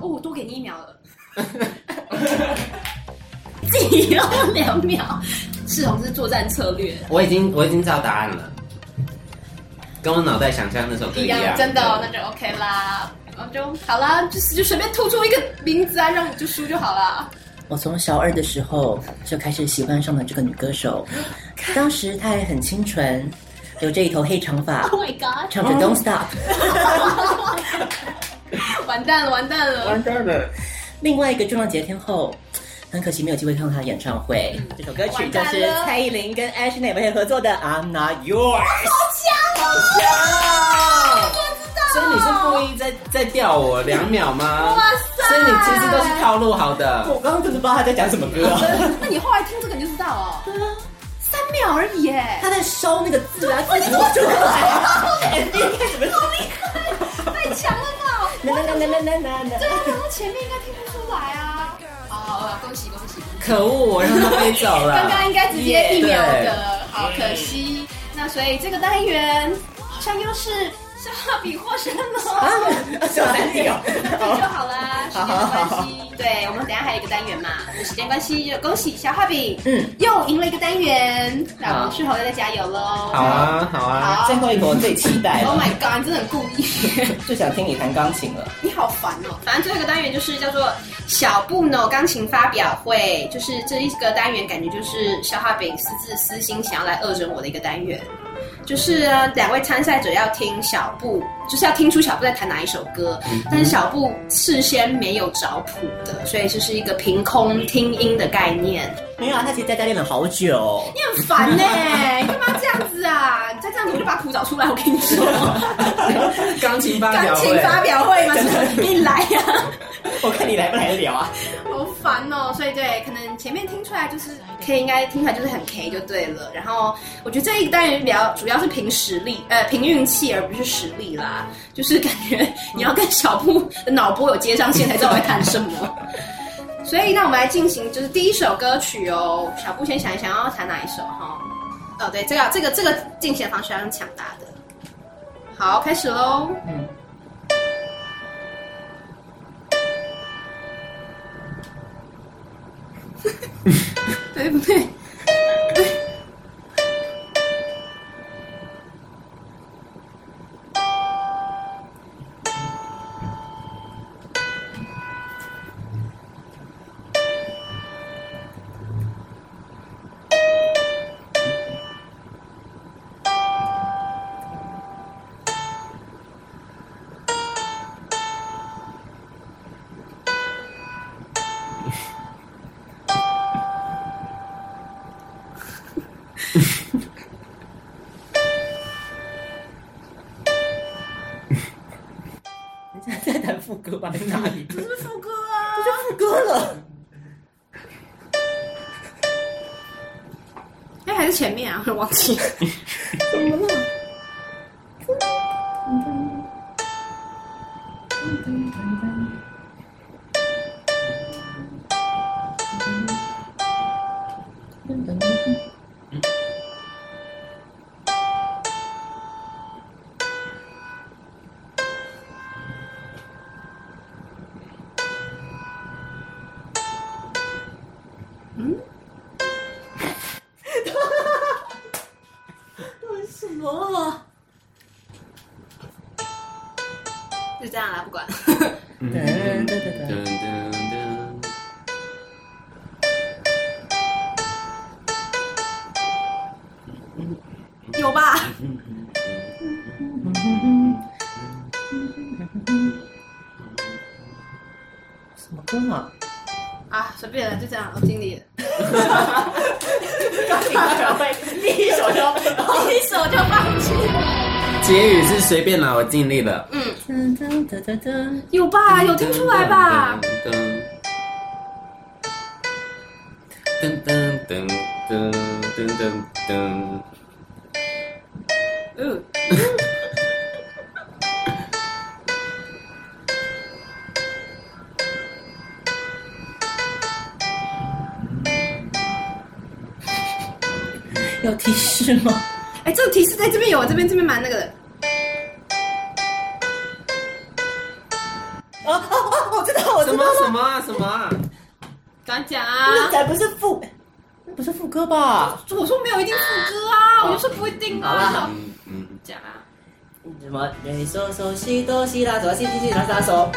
[SPEAKER 3] 哦，我多给你一秒了。 自己用两秒，是同是作战策略，
[SPEAKER 5] 我已经我已经知道答案了，跟我脑袋想象那首
[SPEAKER 3] 一
[SPEAKER 5] 歌一
[SPEAKER 3] 样
[SPEAKER 5] 样。
[SPEAKER 3] 真的哦，那就 OK 啦。然后就好啦，就是就随便突出一个名字啊，让你就输就好啦。
[SPEAKER 4] 我从小二的时候就开始喜欢上了这个女歌手，当时她还很清纯，留着一头黑长发
[SPEAKER 3] Oh，my god！
[SPEAKER 4] 唱着 Don't Stop。
[SPEAKER 3] 完蛋了，完蛋了。
[SPEAKER 5] 蛋了。
[SPEAKER 4] 另外一个重量级的天后，很可惜没有机会看到她的演唱会。这首歌曲就是蔡依林跟 Ashley 配合作的《I'm Not Yours》。
[SPEAKER 3] 哦
[SPEAKER 5] 哦所以你是故意在在吊我两秒吗？哇
[SPEAKER 3] 塞
[SPEAKER 5] 所以你其实都是套路好的。
[SPEAKER 4] 我刚刚真的不知道她在讲什么歌、啊
[SPEAKER 3] 那你后来听这个你就知道哦。对啊，三秒而已耶。
[SPEAKER 4] 她在烧那个字 啊，字不出 来。MV 开始不是
[SPEAKER 3] 太强了 吧！
[SPEAKER 4] 啦啦啦啦啦啦
[SPEAKER 3] 对啊，然后前面应该听不出来啊。好，恭喜恭喜！
[SPEAKER 5] 可恶，我让他飞走 了。
[SPEAKER 3] 刚刚应该直接一秒
[SPEAKER 5] 对。
[SPEAKER 3] 的，好可惜。那所以这个单元好像又是消化比获胜
[SPEAKER 4] 啊
[SPEAKER 3] 了。
[SPEAKER 4] 啦， 小男女啊
[SPEAKER 3] 那这样就好啦，时间的关系。对，我们等一下还有一个单元嘛，时间关系就恭喜消化饼，
[SPEAKER 4] 嗯，
[SPEAKER 3] 又赢了一个单元，那我们是猴再加油喽。
[SPEAKER 5] 好啊，好啊。
[SPEAKER 3] 好
[SPEAKER 4] 最后一个我最期待
[SPEAKER 3] ，Oh
[SPEAKER 4] 了，
[SPEAKER 3] my god，你真的很故意。
[SPEAKER 4] 就想听你弹钢琴了。
[SPEAKER 3] 你好烦哦！反正最后一个单元就是叫做小布呢钢琴发表会，就是这一个单元感觉就是小哈饼私自私心想要来恶整我的一个单元。就是啊，两位参赛者要听小布，就是要听出小布在弹哪一首歌，
[SPEAKER 5] 嗯
[SPEAKER 3] 但是小布事先没有找谱的，所以这是一个凭空听音的概念。
[SPEAKER 5] 嗯
[SPEAKER 4] 没有啊，她其实在家练了好久。
[SPEAKER 3] 你很烦呢、你干嘛这样子啊？你再这样子我就把谱找出来，我跟你说。
[SPEAKER 5] 钢琴 发
[SPEAKER 3] 钢
[SPEAKER 5] 表
[SPEAKER 3] 琴
[SPEAKER 5] 会。
[SPEAKER 3] 发表会嘛，是 不是你来啊呀、
[SPEAKER 4] 我看你来不来得了啊？
[SPEAKER 3] 好烦哦，所以对，可能前面听出来就是可以，应该听出来就是很 K 就对了。然后我觉得这一单元比较主要是凭实力，呃，凭运气而不是实力啦，就是感觉你要跟小布的脑波有接上线才知道我在谈什么。所以，那我们来进行就是第一首歌曲哦。小布先想一想要弹哪一首哈、哦？对，这个这个这个进行的方式要用抢答的。好，开始喽。对不对？
[SPEAKER 4] 你现在在弹副歌吧？在哪里？这是
[SPEAKER 3] 副歌啊。
[SPEAKER 4] 副歌了。
[SPEAKER 3] 哎，还是前面啊，我忘记了。
[SPEAKER 4] 噔
[SPEAKER 5] 嗯
[SPEAKER 4] 噔
[SPEAKER 5] 噔
[SPEAKER 4] 噔
[SPEAKER 5] 噔 噔。
[SPEAKER 3] 有吧？
[SPEAKER 4] 什么歌 啊？
[SPEAKER 3] 啊，随便了，就这样，我尽 力了。
[SPEAKER 4] 第一首哦就
[SPEAKER 3] 一手就放弃，
[SPEAKER 5] 结语是随便啦，我尽力了。嗯，
[SPEAKER 4] 噔噔噔噔噔，
[SPEAKER 3] 有吧？有听出来吧？？
[SPEAKER 5] 噔噔噔噔噔噔噔噔。
[SPEAKER 3] 嗯，
[SPEAKER 4] 有提示吗？
[SPEAKER 3] 哎、这个提示在这边有，这边这边蛮那个的。
[SPEAKER 4] 哦哦哦，我知道，我
[SPEAKER 5] 什
[SPEAKER 4] 知
[SPEAKER 5] 么
[SPEAKER 4] 道了，
[SPEAKER 5] 什么啊什么啊？
[SPEAKER 3] 敢讲
[SPEAKER 4] 那
[SPEAKER 3] 啊！
[SPEAKER 4] 仔不是副，那不是副歌吧？
[SPEAKER 3] 我说没有一定副歌啊，我就说不一定啊。
[SPEAKER 5] 嗯嗯，
[SPEAKER 3] 讲啊，
[SPEAKER 4] 什么？人手手西哆西拉左西西西拉拉手，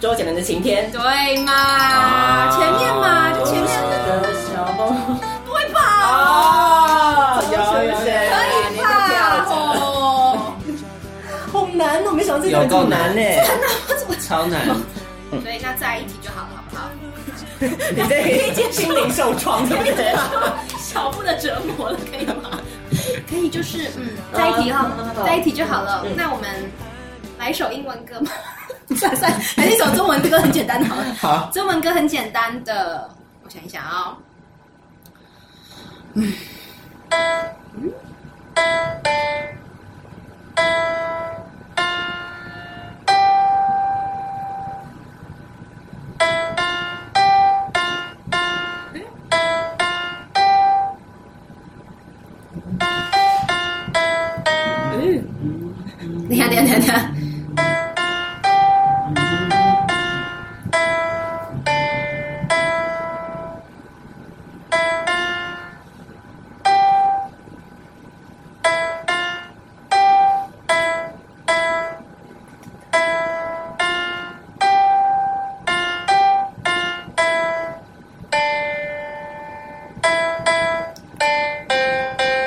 [SPEAKER 4] 周杰伦的晴天。
[SPEAKER 3] 对嘛？前面嘛，就前面
[SPEAKER 4] 的小风。
[SPEAKER 3] 不会吧？
[SPEAKER 4] 哦，有哎有有，
[SPEAKER 3] 哦可以吧？哦，
[SPEAKER 4] 好难哦，没想到这
[SPEAKER 5] 有
[SPEAKER 4] 个
[SPEAKER 5] 够
[SPEAKER 4] 这么
[SPEAKER 5] 难
[SPEAKER 4] 难欸呢。
[SPEAKER 5] 超难。
[SPEAKER 3] 所以那再一题就好了，好不好？
[SPEAKER 4] 你这心灵受创，对不对？
[SPEAKER 3] 小步的折磨了，可以吗？可以，就是嗯，再一题哈
[SPEAKER 4] 嗯好，
[SPEAKER 3] 再一题就好了。那我们来一首英文歌吗？ 算算，还是一首中文歌，很简单好了。
[SPEAKER 5] 好，
[SPEAKER 3] 中文歌很简单的，我想一想啊、哦。等一下，等一下，等一下。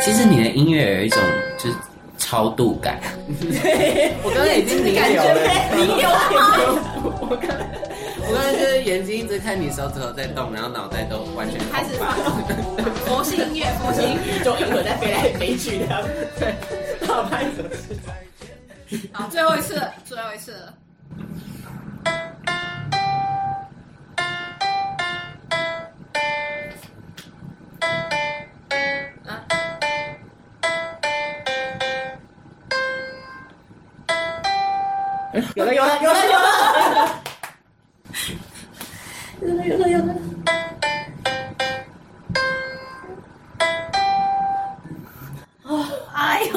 [SPEAKER 5] 其实你的音乐有一种就是超度感，
[SPEAKER 4] 我刚刚已经
[SPEAKER 5] 你
[SPEAKER 4] 感觉被你有
[SPEAKER 5] 我刚才就是眼睛一直看你手指头在动，然后脑袋都完全
[SPEAKER 3] 开始放佛系音乐，佛系音乐。
[SPEAKER 4] 就一会在飞来飞去的，对，好拍手。
[SPEAKER 3] 好，最后一次了，最后一次了。啊
[SPEAKER 4] 有了有了有了有了。有了有了有了，
[SPEAKER 3] 哎呦，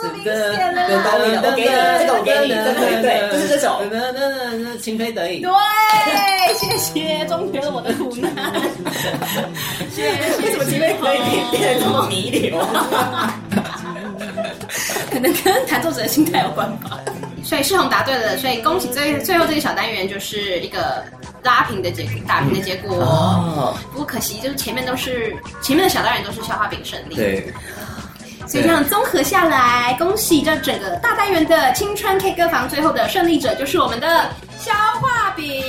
[SPEAKER 3] 这这明显了
[SPEAKER 4] 噔
[SPEAKER 3] 啦！
[SPEAKER 4] 噔
[SPEAKER 5] 噔噔噔，情非得已。
[SPEAKER 3] 对，谢谢，终结了我的苦难。谢谢。
[SPEAKER 4] 为什么前面可以变得这么迷离哦？
[SPEAKER 3] 可能跟弹奏者的心态有关吧。所以世宏答对了，所以恭喜最最后这个小单元就是一个拉平的结打平的结果。
[SPEAKER 4] 哦，
[SPEAKER 3] 不过可惜就是前面都是前面的小单元都是消化饼胜利，，
[SPEAKER 5] 对，
[SPEAKER 3] 所以这样综合下来，恭喜这整个大单元的青春 K 歌房最后的胜利者就是我们的消化饼。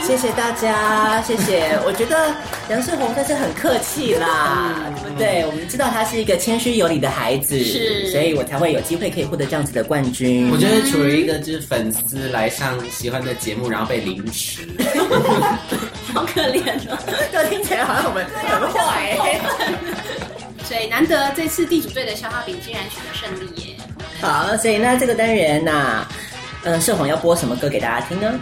[SPEAKER 4] 谢谢大家，谢谢。我觉得杨世宏算是很客气啦，对我们知道他是一个谦虚有礼的孩子，
[SPEAKER 3] 是
[SPEAKER 4] 所以我才会有机会可以获得这样子的冠军。
[SPEAKER 5] 我觉得处于一个就是粉丝来上喜欢的节目，然后被凌迟，
[SPEAKER 3] 好可怜哦。
[SPEAKER 4] 这听起来好像我们很坏、
[SPEAKER 3] 所以难得这次地主队的消化饼竟然取得胜利耶！
[SPEAKER 4] 好，所以那这个单元呐、呃，世宏要播什么歌给大家听呢？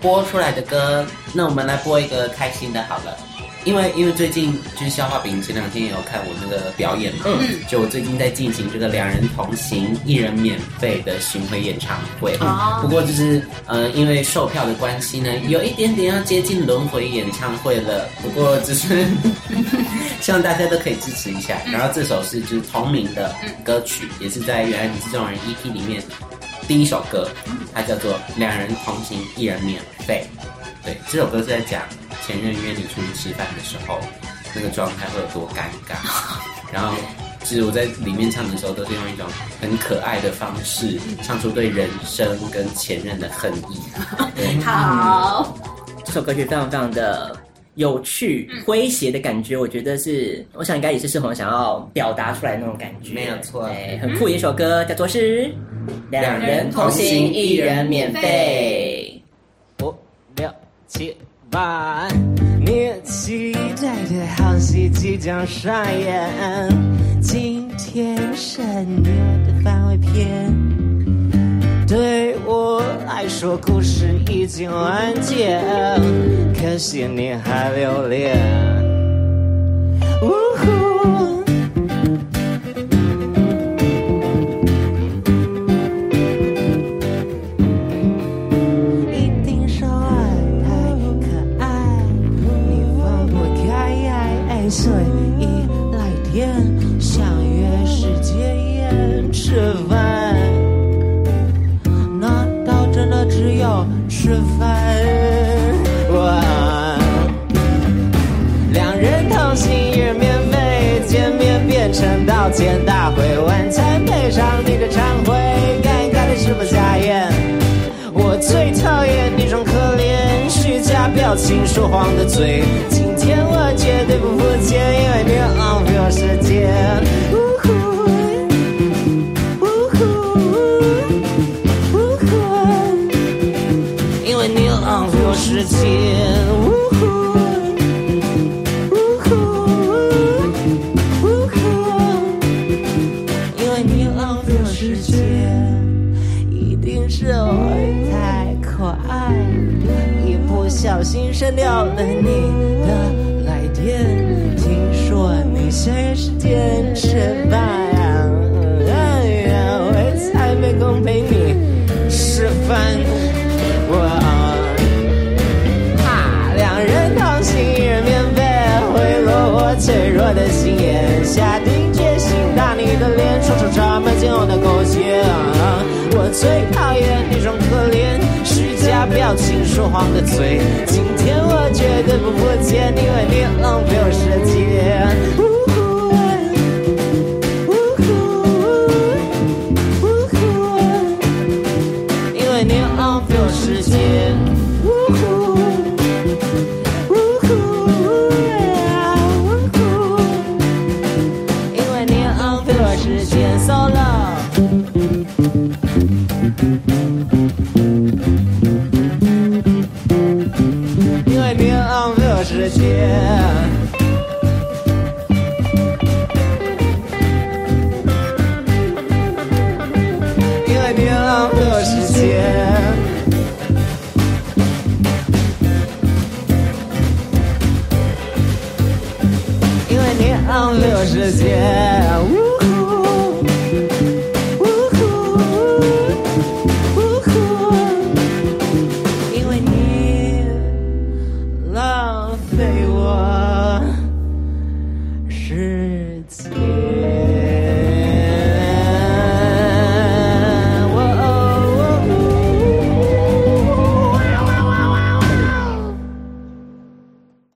[SPEAKER 5] 播出来的歌，那我们来播一个开心的好了。因为因为最近就是消化饼前两天也有看我那个表演嘛，嗯，就我最近在进行这个两人同行一人免费的巡回演唱会，
[SPEAKER 3] 哦
[SPEAKER 5] 不过就是呃因为售票的关系呢，有一点点要接近轮回演唱会了，不过只是 希望大家都可以支持一下。然后这首是就是同名的歌曲，也是在《原来你是这种人》EP E 里面第一首歌，它叫做《两人同行一人免费》。对，这首歌是在讲前任约你出去吃饭的时候，那个状态会有多尴尬。 然后，其实我在里面唱的时候，都是用一种很可爱的方式，唱出对人生跟前任的恨 意。对，
[SPEAKER 3] 好，
[SPEAKER 9] 这首歌曲非常非常的有趣、诙谐的感觉，我觉得是，我想应该也是世宏想要表达出来的那种感觉，
[SPEAKER 5] 没有错
[SPEAKER 9] 对，很酷的一首歌，叫做是《两人同行一人免费
[SPEAKER 7] 五六七八，你期待的好戏即将上演。今天深夜的番外篇，对我来说故事已经完结，可惜你还留恋。呜呼一定说爱太可爱，你放不开，所以来电相约世界宴吃饭。难道真的只有吃饭？哇！两人同行一人免费，见面变成道歉大会，晚餐配上你的忏悔，尴尬的食不下咽。我最讨厌那种可怜、虚假表情、说谎的嘴。今天我绝对不付钱，因为你浪费我时间。呜呼呜呼呜呼因为你浪费我时间。呜呼呜呼呜呼因为你浪费我时间，一定是我太可爱，一不小心删掉了你的来电。听说你随时间吃饭，哎呀我才没空陪你吃饭。我。啊，两人同行，一人免费，挥落我脆弱的心眼，下定决心打你的脸，说出咱们今后的苟且、啊。我最讨厌那种可怜、虚假表情、说谎的嘴。今天我绝对不破戒，因为你浪费我时间。呜呼呜呼呜呼因为你浪费我时间。呜呼。呜呼啊呜呼，因为你浪费我时间，solo。因为你浪费我时间。因为你浪费我时间。因为你浪费我时间。呜呼，呜呼，呜呼，因为你浪费我时间。